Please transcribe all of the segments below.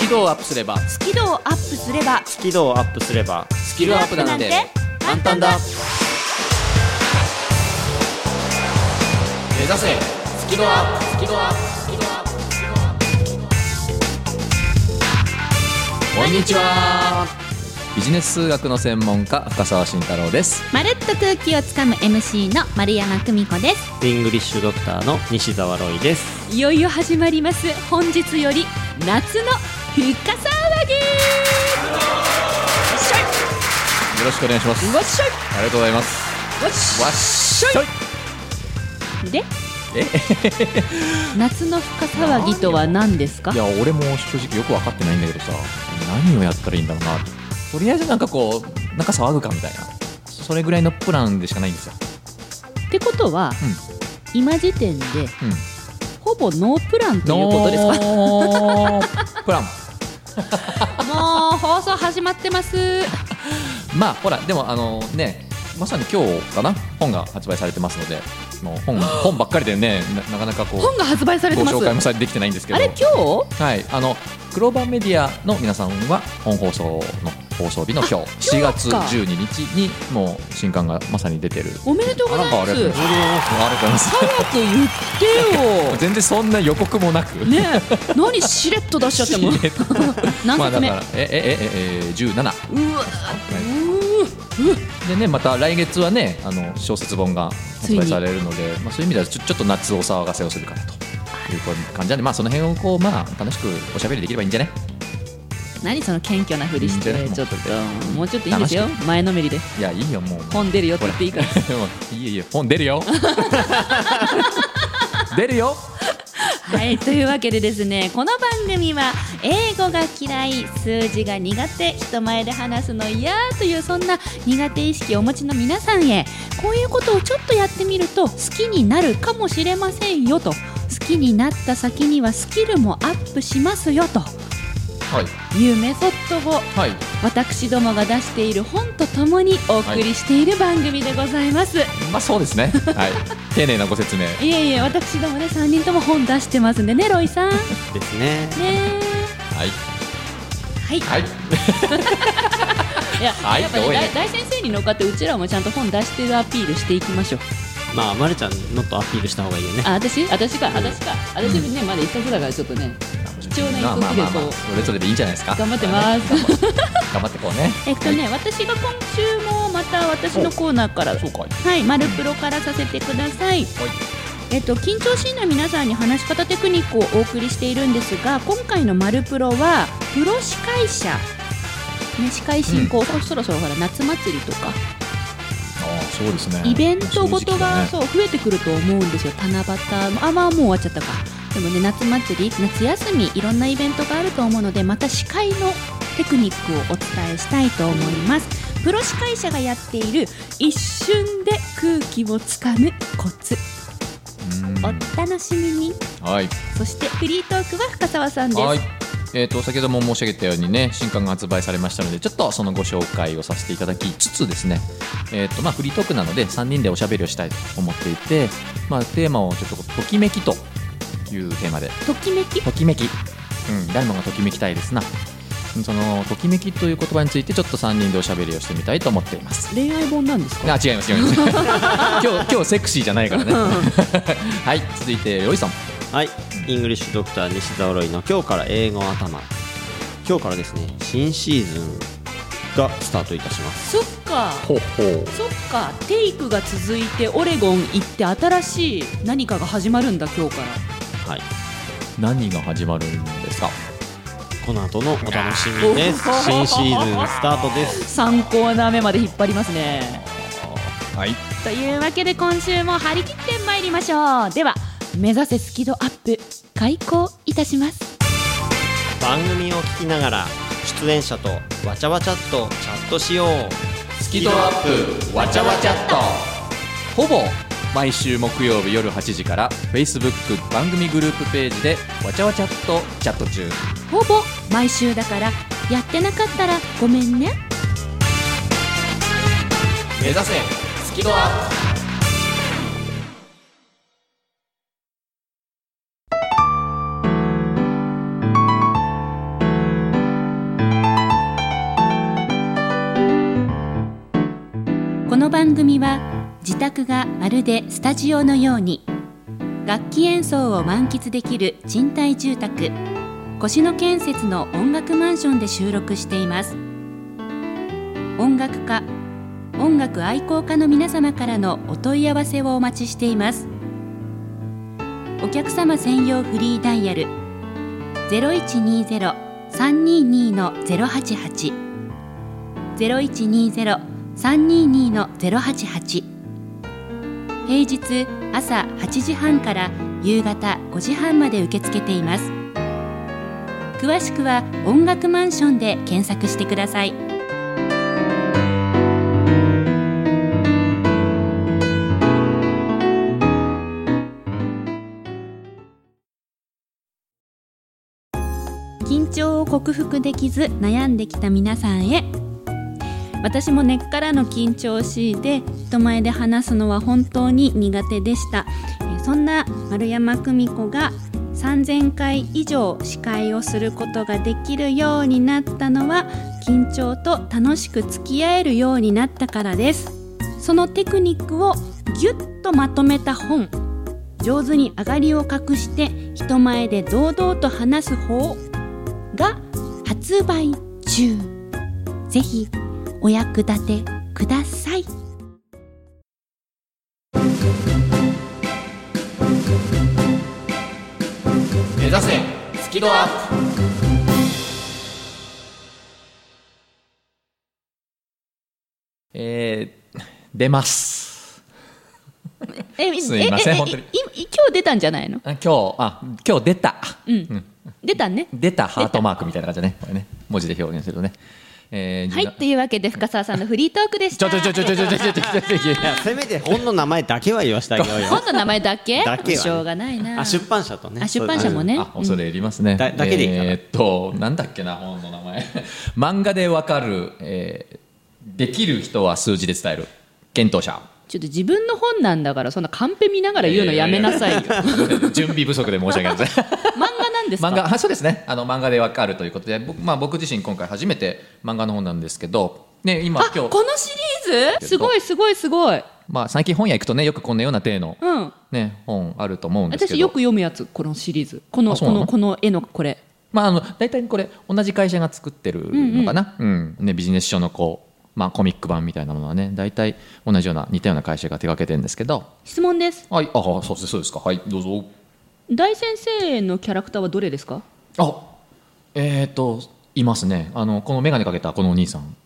キ度をアップすればスキルをアップすればスキルをアップすればスキルアップなんて簡単だ目指せスキルアップスキルアップスキルアップスキルアップこんにちはビジネス数学の専門家深澤慎太郎ですまるっと空気をつかむ MC の丸山久美子ですイングリッシュドクターの西澤ロイですいよいよ始まります本日より夏の深さ騒ぎよろしくお願いしますわっしょありがとうございますいわっしわっしょいょいで 夏の深騒ぎとは何ですかいや俺も正直よく分かってないんだけどさ何をやったらいいんだろうなととりあえずなんかこうなんか騒ぐかみたいなそれぐらいのプランでしかないんですよ、ってことは、今時点でうん、ほぼノープランということですかノー プランもう放送始まってますまあほらでもあのねまさに今日かな本が発売されてますのでもう 本本ばっかりでねななかなかこ本うが発売されてごます紹介もされできてないんですけあどれ今はいあのクローバーメディアの皆さんは本放送の放送日の今日4月12日にもう新刊がまさに出てる日おめでとうございあますなんかありがとうございますありがとうございます早く言ってよ全然そんな予告もなくねえ何しれっと出しちゃって も何まあだ冊か目、らえええええ17うわうーでねまた来月はねあの小説本が発売されるので、まあ、そういう意味ではちょちょっと夏お騒がせをするかなという感じなんで、まあ、その辺をこう、まあ、楽しくおしゃべりできればいいんじゃない何その謙虚なふりしいいんじゃてないちょっとうんもうちょっといいんですよ前のめりでいやいいよ もう本出るよって言っていいからいいよいいよ本出るよ出るよ はいというわけでですねこの番組は英語が嫌い数字が苦手人前で話すの嫌というそんな苦手意識をお持ちの皆さんへこういうことをちょっとやってみると好きになるかもしれませんよと好きになった先にはスキルもアップしますよとはいいうメソッドをはい私どもが出している本とともにお送りしている番組でございます、まあそうですねはい丁寧なご説明い、えいえ私どもね3人とも本出してますんでねロイさんねですねえはいはい、はいいや、はいやっぱね多いね大大先生に乗っかってうちらもちゃんと本出してるアピールしていきましょうまあまるちゃんもっとアピールした方がいいよねあ私私か私か私ね、まだ一冊だからちょっとね貴重な一まあまあ冊でまこあまあうそれぞれでいいんじゃないですか頑張ってますはい 頑張って頑張ってこうねえっとね、私が今週もまた私のコーナーからそうかいはい、マルプロからさせてください。えっと、緊張しいな皆さんに話し方テクニックをお送りしているんですが今回の「マルプロはプロ司会者、ね、司会進行、そろそろほら夏祭りとかああそうですねイベントごとが、そうそう増えてくると思うんですよ七夕もあまあもう終わっちゃったかでもね夏祭り夏休みいろんなイベントがあると思うのでまた司会のテクニックをお伝えしたいと思いますプロ司会者がやっている一瞬で空気をつかむコツですねうんお楽しみにはいそしてフリートークは深澤さんですはい。えー、と先ほども申し上げたようにね新刊が発売されましたのでちょっとそのご紹介をさせていただきつつですね、えーとまあ、フリートークなので3人でおしゃべりをしたいと思っていて、まあ、テーマをちょっと「ときめき」というテーマでときめきときめき、うん、誰もがときめきたいですなそのときめきという言葉についてちょっと3人でおしゃべりをしてみたいと思っています恋愛本なんですかあ違います違います今日今日セクシーじゃないからね はい続いてロイさんはいイングリッシュドクター西澤ロイの今日から英語頭今日からですね新シーズンがスタートいたしますそっかほうほうそっかテイクが続いてオレゴン行って新しい何かが始まるんだ今日からはい何が始まるんですかこの後のお楽しみです新シーズンスタートです3コーナー目まで引っ張りますねはいというわけで今週も張り切ってまいりましょうでは目指せスキドアップ開講いたします番組を聞きながら出演者とわちゃわちゃっとチャットしようスキドアップわちゃわちゃっとほぼ毎週木曜日夜8時から Facebook 番組グループページでわちゃわちゃっとチャット中ほぼ毎週だからやってなかったらごめんね目指せスキドアップ番組は自宅がまるでスタジオのように楽器演奏を満喫できる賃貸住宅越野建設の音楽マンションで収録しています音楽家音楽愛好家の皆様からのお問い合わせをお待ちしていますお客様専用フリーダイヤル0120-322-088 0120-322-088平日朝8時半から夕方5時半まで受け付けています詳しくは音楽マンションで検索してください緊張を克服できず悩んできた皆さんへ私も根っからの緊張しいで人前で話すのは本当に苦手でしたえーそんな丸山久美子が3000回以上司会をすることができるようになったのは緊張と楽しく付き合えるようになったからですそのテクニックをぎゅっとまとめた本上手に上がりを隠して人前で堂々と話す方が発売中ぜひお役立てください目指せスキドアップえー、出ますえすいませんえええ本当にいい今日出たんじゃないのあ今日あ今日出たうん出たね出たハートマークみたいな感じだねこれね文字で表現するとねえーはいというわけで深澤さんのフリートークでしちたょちょちょちょちょちょちょちょちょちょちょいやせめて本の名前だけは言わせてあげようよ本の名前だけだけはねしょうがないな あ出版社とねあ出版社もねあ恐れ入りますね、だだけでいいかなえーっとなんだっけな本の名前漫画でわかる、えーできる人は数字で伝える検討者ちょっと自分の本なんだからそんなカンペ見ながら言うのやめな さいよ漫準備不足で申し訳ありません画なんですか漫画あそうですねあの漫画でわかるということで僕,、まあ、僕自身今回初めて漫画の本なんですけど、ね、今あ今こ日、のシリーズすごいすごいすごいまあ、最近本屋行くとねよくこんなような体の、うんね、本あると思うんですけど私よく読むやつこのシリーズこのあそこうなののこの絵のこれまあ、あの大体これ同じ会社が作ってるのかな、うんね、ビジネス書のこう、まあ、コミック版みたいなものはね大体同じような似たような会社が手掛けてるんですけど質問ですはいあそうですそうですかはいどうぞ大先生のキャラクターはどれですかあえっ、といますねあのこの眼鏡かけたこのお兄さん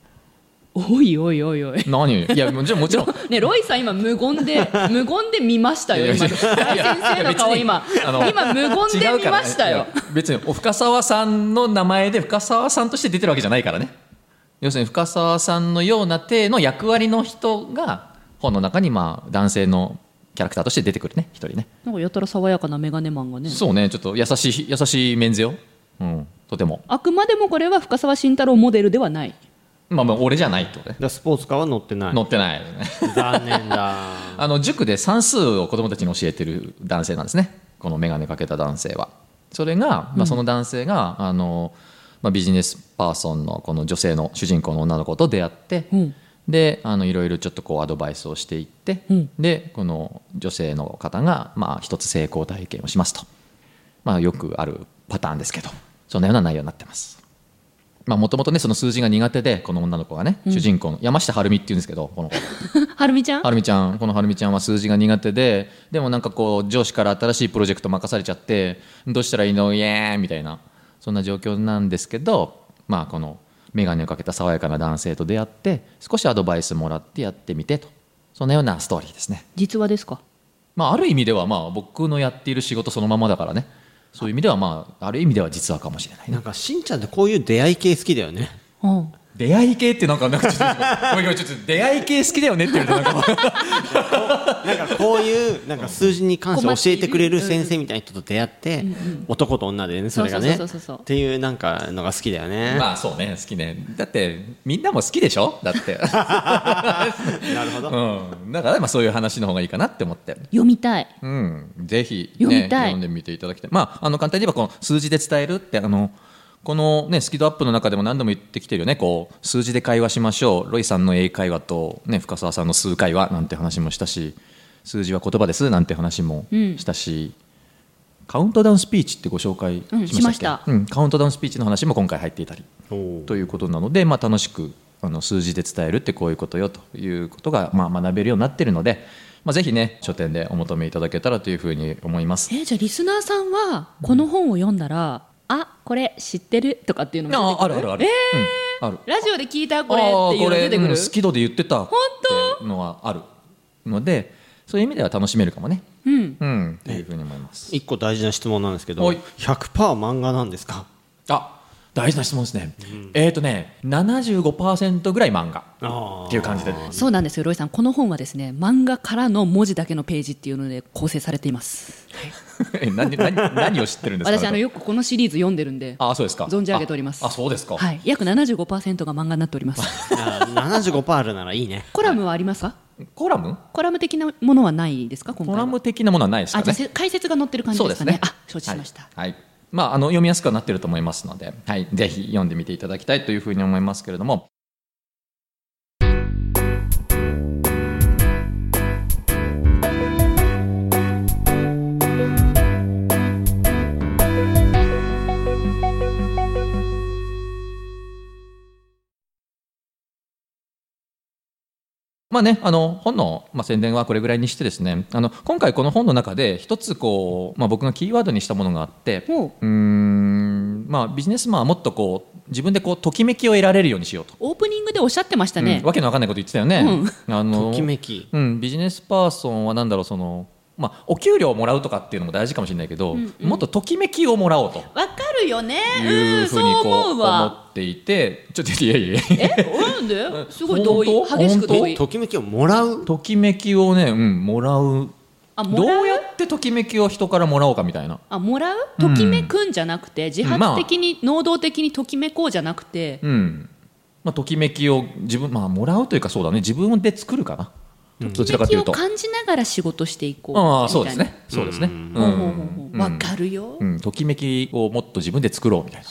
おいおいおいおい何いやもちろんもちろん ねロイさん今無言 で無言で見ましたいよやいや今いのやいや大先生の別顔に今あの今無言で見ました違うよからねいや別にお深澤さんの名前で深澤さんとして出てるわけじゃないからね要するに深澤さんのような体の役割の人が本の中にまあ男性のキャラクターとして出てくるね一人ね、なんかやたら爽やかなメガネマンがねそうねちょっと優しい優しいメンズよ、うん、とてもあくまでもこれは深沢慎太郎モデルではないまあまあ俺じゃないってことねだからスポーツカーは載ってない乗ってない残念だあの塾で算数を子供たちに教えてる男性なんですねこの眼鏡かけた男性はそれが、まあ、その男性が、あのまあ、ビジネスパーソンのこの女性の主人公の女の子と出会って、うんであのいろいろちょっとこうアドバイスをしていって、うんでこの女性の方が、まあ、一つ成功体験をしますと、まあ、よくあるパターンですけどそんなような内容になってますもともとねその数字が苦手でこの女の子がね、主人公の山下晴美っていうんですけどこの子 はるみちゃ んはるみちゃんこのはるみちゃんは数字が苦手ででもなんかこう上司から新しいプロジェクト任されちゃってどうしたらいいのイエーイみたいなそんな状況なんですけどまあこの眼鏡をかけた爽やかな男性と出会って少しアドバイスもらってやってみてとそんなようなストーリーですね、実話ですかまあ、ある意味ではまあ僕のやっている仕事そのままだからねそういう意味ではまあある意味では実はかもしれないななんかしんちゃんってこういう出会い系好きだよねうん出会い系ってなんかなんかちょっとごめんごめんちょっと出会い系好きだよねって言うとなんかなんかこういうなんか数字に関して教えてくれる先生みたいな人と出会って男と女でねそれがねそうそうそうそうそうっていうなんかのが好きだよ ねまあそうね好きねだってみんなも好きでしょだって、なるほどうん、だからまあそういう話の方がいいかなって思って、読みたいうん、ぜひ、ね、読みたいんでみていただきたいまああの簡単に言えばこの数字で伝えるってあのこの、ね、スキドアップの中でも何度も言ってきてるよねこう数字で会話しましょうロイさんの英会話と、ね、深澤さんの数会話なんて話もしたし数字は言葉ですなんて話もしたし、カウントダウンスピーチってご紹介うんしましたっしましけ、うんカウントダウンスピーチの話も今回入っていたりということなので、まあ、楽しくあの数字で伝えるってこういうことよということが、まあ、学べるようになってるので、まあ、ぜひね書店でお求めいただけたらというふうに思います。えじゃあリスナーさんはこの本を読んだら、あこれ知ってるとかっていうのも出てくああるあるある、えうんあるラジオで聞いたこれっていうの出てくあーこれうんる好き度で言ってたっ本ていうのはあるのでそういう意味では楽しめるかもねうんうんっていうふうに思います一個大事な質問なんですけどはい100%漫画なんですかあ大事な質問ですね、えっ、ー、とね75%ぐらい漫画あっていう感じでそうなんですよロイさんこの本はですね漫画からの文字だけのページっていうので構成されていますえ何何何を知ってるんですか私あのよくこのシリーズ読んでるんであそうですか存じ上げておりますああそうですか、はい約75%が漫画になっております75%あるならいいねコラムはありますかコラムコラム的なものはないですか今回コはラム的なものはないですかあねじゃあせ解説が載ってる感じですかねあ承知しました、はい、はいまあ、あの読みやすくはなってると思いますので、はい、ぜひ読んでみていただきたいというふうに思いますけれどもまあね、あの本の、まあ、宣伝はこれぐらいにしてですねあの今回この本の中で一つこう、まあ、僕がキーワードにしたものがあっておううーん、まあ、ビジネスマンはもっとこう自分でこうときめきを得られるようにしようと、オープニングでおっしゃってましたねうん、わけのわかんないこと言ってたよね。あのときめきうん、ビジネスパーソンはなんだろうその、まあ、お給料をもらうとかっていうのも大事かもしれないけど、んうんもっとときめきをもらおうと。わかるよねいうふうにこう思っていて、ちょっといやいやい や、えなんですごい同意本当激しく同意ときめきをもらうときめきをね、うん、もらう。あもどらううやってときめきを人からもらおうかみたいな。あもらううとんきめくんじゃなくて、自発的に、能動的にときめこうじゃなくて、うん。まあ、ときめきを自分、まあ、もらうというか、そうだね、自分で作るかな。どちらかと気いうをと。感じながら仕事していこうみたいなああ、そうですね。そうですね。ううんんほうほうほうほううんわ、かるよ、うん、ときめきをもっと自分で作ろうみたい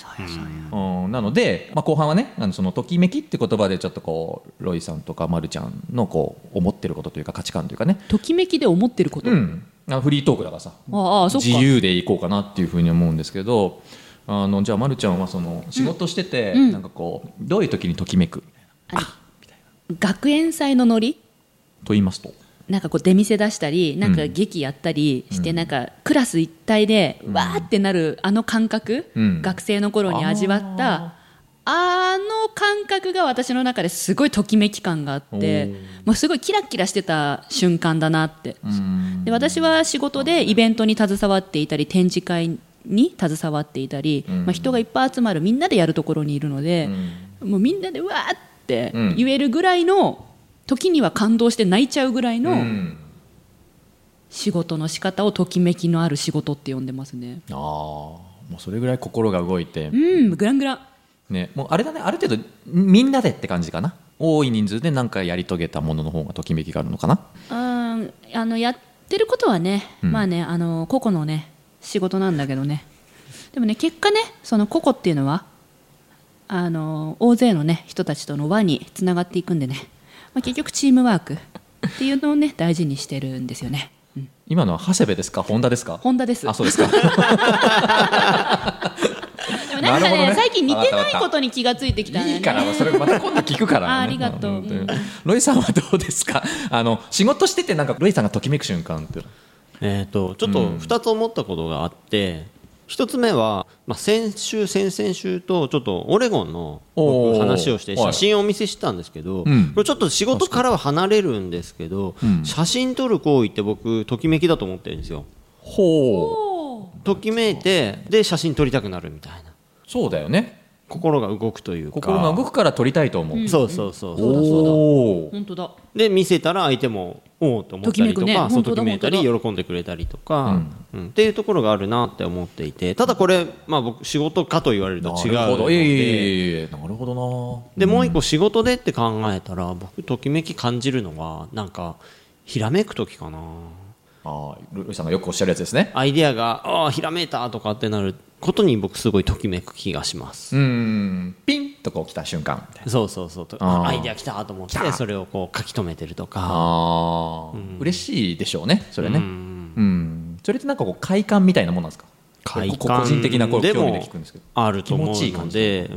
な。うん、なので、まあ、後半はねあのそのときめきって言葉でちょっとこうロイさんとかまるちゃんのこう思ってることというか価値観というかね、ときめきで思ってること、うん、あのフリートークだからさああそっか自由でいこうかなっていうふうに思うんですけどあのじゃあまるちゃんはその仕事してて、うんなんかこうどういう時にときめく学園祭のノリと言いますとなんかこう出店出したりなんかうん劇やったりして、うんなんかクラス一体でわーってなるあの感覚、うん学生の頃に味わったあの感覚が私の中ですごいときめき感があっおてーもうすごいキラキラしてた瞬間だなってうんで私は仕事でイベントに携わっていたり展示会に携わっていたり、うんまあ、人がいっぱい集まるみんなでやるところにいるので、もうみんなでわーってうん言えるぐらいの時には感動して泣いちゃうぐらいの、うん仕事の仕方をときめきのある仕事って呼んでますねあーもうそれぐらい心が動いて、うんグラングランね、もうあれだねある程度みんなでって感じかな多い人数で何かやり遂げたものの方がときめきがあるのかなうんあのやってることはね、うんまあねあの個々のね仕事なんだけどねでもね結果ねその個々っていうのはあの大勢のね人たちとの輪につながっていくんでね、まあ、結局チームワークっていうのをね大事にしてるんですよね、うん、今のは長谷部ですか本田ですか本田ですあそうですか でもなんかなるねほどね最近似てわかなっいたことに気がついてきたんだよねいいからそれまた今度聞くから、ね、あありがとう本当にうんロイさんはどうですかあの仕事しててなんかロイさんがときめく瞬間ってえー、とちょっと2つ思ったことがあって、一1つ目は、まあ、先週先々週とちょっとオレゴンのお僕ー話をしてはい写真をお見せしたんですけど、うんこれちょっと仕事からは離れるんですけど、うん写真撮る行為って僕ときめきだと思ってるんですよほうときめいてで写真撮りたくなるみたいなそうだよね心が動くというか心が動くから撮りたいと思う、そうそうそうおそうお本当だで見せたら相手もおおと思ったりとときめくねかそ本うと当きだめいたり本喜んでくれたりとか、うんっていうところがあるなって思っていてただこれ、まあ、僕仕事かと言われると違うなるほのどいえいえで。いえいえなるほどなでもう一個仕事でって考えたら僕ときめき感じるのはなんかひらめく時かなあーロイさんがよくおっしゃるやつですねアイデアがああひらめいたとかってなることに僕すごいときめく気がします、うんピンとこう来た瞬間みたいなそうそうそうとあーあアイデア来たと思っ来たてそれをこう書き留めてるとかああ、嬉しいでしょうねそれねううんん、それってなんかこう快感みたいなもんなんですか快こう個感人的なこうで興味もで聞くんですけどあると思う気持ちいい感のでう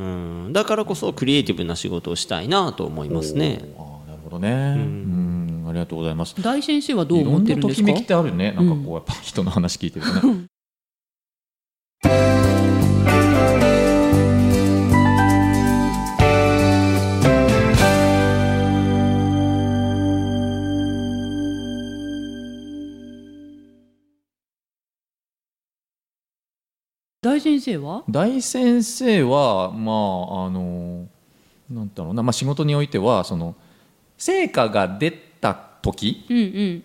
んだからこそクリエイティブな仕事をしたいなと思いますねあーなるほどねうんありがとうございます大先生はどういろ思っんてなるんとできすかめきってあるねなんかこうやっぱ人の話聞いてるとね 大先生は大先生はまああのなんだろうな、まあ、仕事においてはその成果が出た時うんうん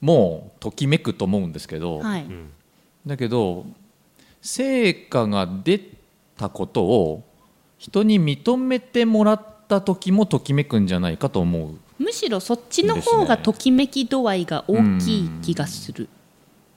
もときめくと思うんですけど、はい、だけど成果が出たことを人に認めてもらった時もときめくんじゃないかと思うむしろそっちの方がときめき度合いが大きい気がする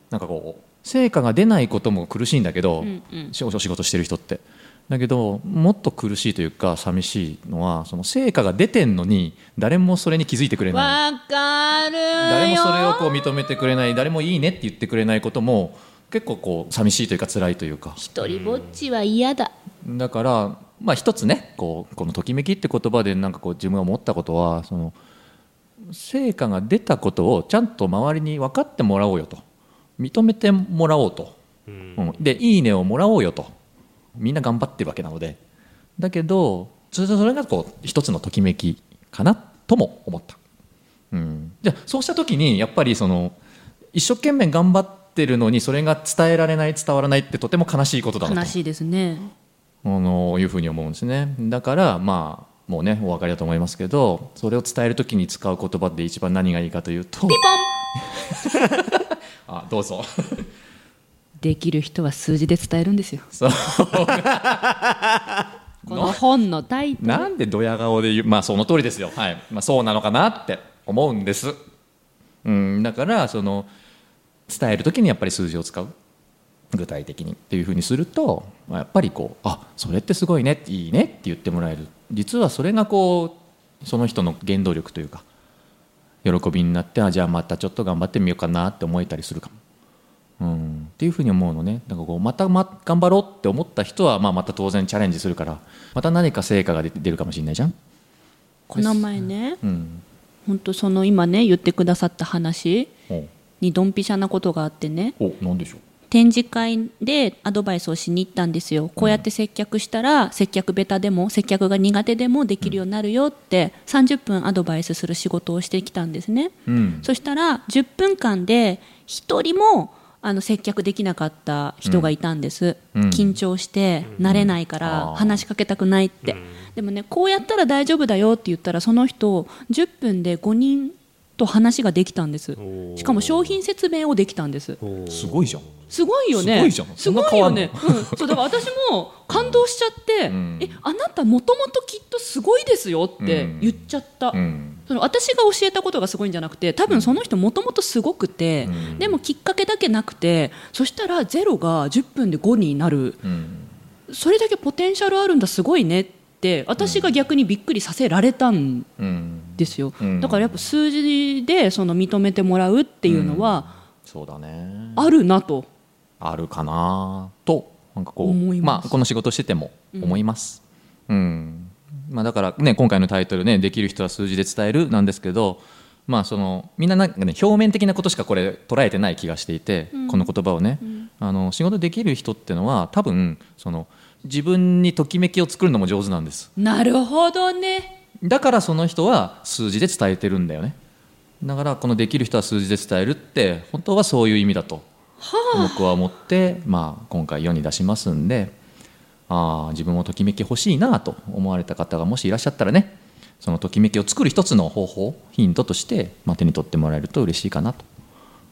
なんかこう成果が出ないことも苦しいんだけど、うんうんしお仕事してる人ってだけどもっと苦しいというか寂しいのはその成果が出てんのに誰もそれに気づいてくれないわかるよ誰もそれをこう認めてくれない誰もいいねって言ってくれないことも結構こう寂しいというか辛いというか一人ぼっちは嫌だだからまあ一つねこうこの「ときめき」って言葉でなんかこう自分が思ったことはその成果が出たことをちゃんと周りに分かってもらおうよと認めてもらおうと、うんで「いいね」をもらおうよとみんな頑張ってるわけなのでだけどそれそれがこう一つのときめきかなとも思った、うん、じゃあそうした時にやっぱりその一生懸命頑張ってるのにそれが伝えられない伝わらないってとても悲しいことだなと悲しいですねあのいうふうに思うんですねだからまあもうねお分かりだと思いますけどそれを伝える時に使う言葉で一番何がいいかというとピポン あどうぞできる人は数字で伝えるんですよそう この本のタイトルなんでドヤ顔で言うまあその通りですよはい、まあ、そうなのかなって思うんですうんだからその伝える時にやっぱり数字を使う具体的にっていうふうにすると、まあ、やっぱりこう「あそれってすごいねいいね」って言ってもらえる実はそれがこうその人の原動力というか喜びになってあじゃあまたちょっと頑張ってみようかなって思えたりするかも、うん、っていうふうに思うのねなんかこうまた、ま、頑張ろうって思った人は、まあ、また当然チャレンジするからまた何か成果が出て出るかもしれないじゃん、この前ねうん、本当その今ね言ってくださった話おうにドンピシャなことがあってねおなんでしょう展示会でアドバイスをしに行ったんですよこうやって接客したら接客ベタでも接客が苦手でもできるようになるよって30分アドバイスする仕事をしてきたんですね、うんそしたら10分間で1人もあの接客できなかった人がいたんです、うん緊張して慣れないかあーら話しかけたくないって、でもねこうやったら大丈夫だよって言ったらその人10分で5人と話ができたんですおーしかも商品説明をできたんですすごいじゃんすごいよね。すごいじゃんすそんなごい変わよんのね。うん、そうだから私も感動しちゃって、んえあなたもともときっとすごいですよって言っちゃった。うんその私が教えたことがすごいんじゃなくて多分その人もともとすごくて、うんでもきっかけだけなくてそしたらゼロが10分で5になるうんそれだけポテンシャルあるんだすごいねって私が逆にびっくりさせられたんうんですよ、うんだからやっぱ数字でその認めてもらうっていうのはそうだねあるなと。あるかなとなんかこう思いますあ、この仕事してても思います、うんまあ、だから、ね、今回のタイトル、ね「できる人は数字で伝える」なんですけど、まあ、そのみんななんか、ね、表面的なことしかこれ捉えてない気がしていて、うんこの言葉をね、うんあの仕事できる人ってのは多分その自分にときめきを作るのも上手なんですなるほどねだからその人は数字で伝えてるんだよねだからこの「できる人は数字で伝える」って本当はそういう意味だと僕は思って、まあ、今回世に出しますんでああ自分もときめき欲しいなと思われた方がもしいらっしゃったらねそのときめきを作る一つの方法ヒントとして、まあ、手に取ってもらえると嬉しいかなと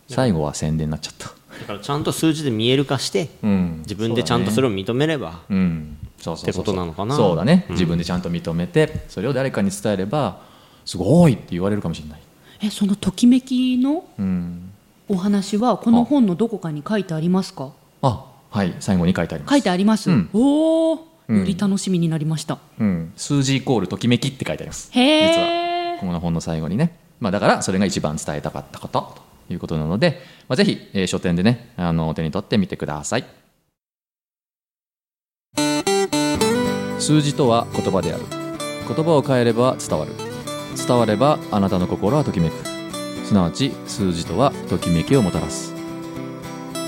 最後は宣伝になっちゃった、だからちゃんと数字で見える化してうん、自分でちゃんとそれを認めればうん、そうそうそうそうってことなのかなそうだね、自分でちゃんと認めてそれを誰かに伝えればすごいって言われるかもしれない、えそのときめきのうん、お話はこの本のどこかに書いてありますかあはい、最後に書いてあります。書いてあります、うんおおうんより楽しみになりました、うん、数字イコールときめきって書いてあります。実はへえこの本の最後にね、まあ、だからそれが一番伝えたかったことということなので、まあ、ぜひ、えー書店でねあのお手に取ってみてください数字とは言葉である言葉を変えれば伝わる伝わればあなたの心はときめくすなわち数字とはときめきをもたらす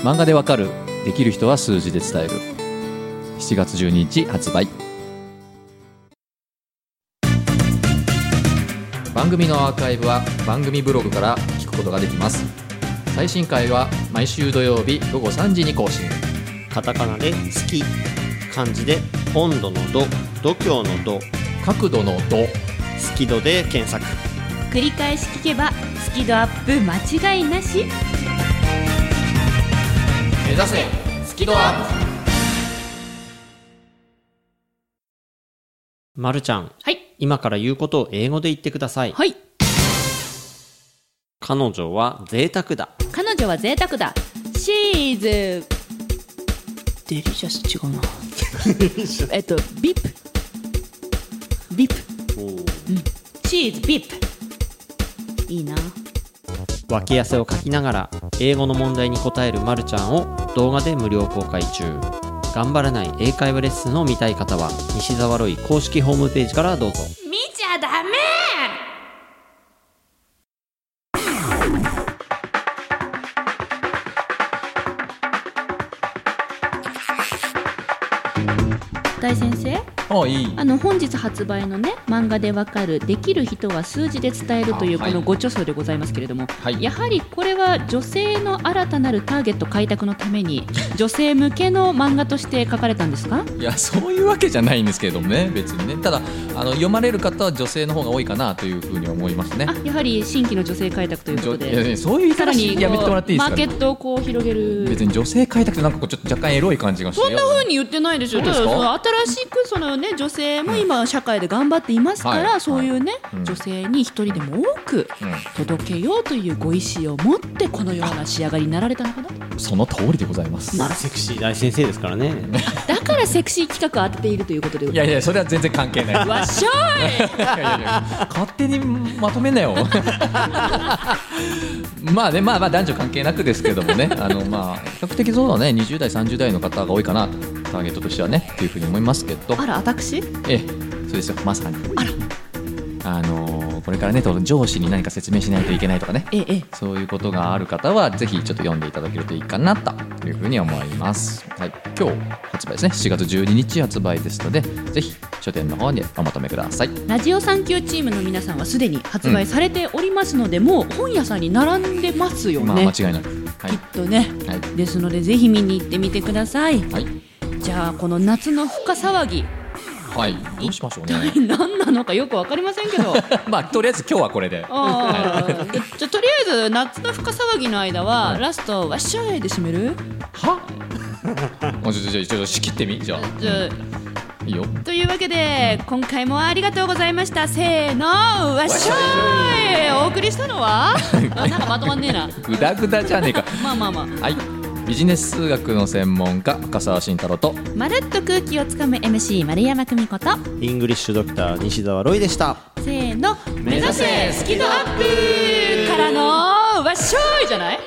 漫画でわかるできる人は数字で伝える7月12日発売番組のアーカイブは番組ブログから聞くことができます最新回は毎週土曜日午後3時に更新カタカナで「好き」漢字で「温度の度」「度胸の度」角度の度「好き度」で検索繰り返し聞けばスキドアップ間違いなし目指せスキドアップまるちゃんはい今から言うことを英語で言ってくださいはい彼女は贅沢だ彼女は贅沢だシーズデリシャス違うな えっとビップビップチーズビップいいな脇汗をかきながら英語の問題に答えるまるちゃんを動画で無料公開中頑張らない英会話レッスンを見たい方は西沢ロイ公式ホームページからどうぞ見ちゃダメ大先生あいいあの本日発売のね漫画でわかる「できる人は数字で伝える」というあこはいのご著書でございますけれども、はいやはりこれは女性の新たなるターゲット開拓のた めに女性向けの漫画として書かれたんですかいやそういうわけじゃないんですけれどもね別にねただあの読まれる方は女性の方が多いかなというふうに思いますねあやはり新規の女性開拓というこじょといやいでやそういう言いさ方らにこうやめてもらっていいでマすーかケットをこう広げる別に女性開拓ってなんかこうちょっと若干エロい感じがしてそんな風に言ってないでしょ。そうですかただ新しくそのね女性も今社会で頑張っていますから、はいそういうね、うん女性に一人でも多く届けようというご意思を持ってこのような仕上がりになられたのかな。うん、その通りでございますセクシー大先生ですからね だからセクシー企画を当てているということでごいざやいいやそれは全然関係ない ます。わっしょい。いやいやいや勝手にまとめなよ まあねまあまあ男女関係なくですけども ねあのまあ比較的そうだね20代30代の方が多いかなとターゲットとしてはねっていうふうに思いますけどあら私？ええそうですよまさにあのーこれからねと上司に何か説明しないといけないとかねええええ。そういうことがある方はぜひちょっと読んでいただけるといいかなというふうに思います、はい、今日発売ですね7月12日発売ですのでぜひ書店の方にお求めくださいラジオサンキューチームの皆さんはすでに発売されておりますので、もう本屋さんに並んでますよね。まあ間違いなくはきいっとね。はいですのでぜひ見に行ってみてください。はい、じゃあこの夏の深騒ぎ。 はい、どうしましょうね。何なのかよくわかりませんけ どまあとりあえず今日はこれで。あーでじゃとりあえず夏の深騒ぎの間は、ラスト「わっしょい!」で締めるは？もうちょっとちょっとちょっと仕切ってみじゃじゃあいいよ。あというわけで今回もありがとうございましたせーのわっしょいお送りしたのは あなんかまとまんねえなグダグダじゃねえか。まあまあまあはい。ビジネス数学の専門家深澤慎太郎とまるっと空気をつかむ MC 丸山久美子とイングリッシュドクター西澤ロイでしたせーの目指せスキドアップからのわっしょいじゃない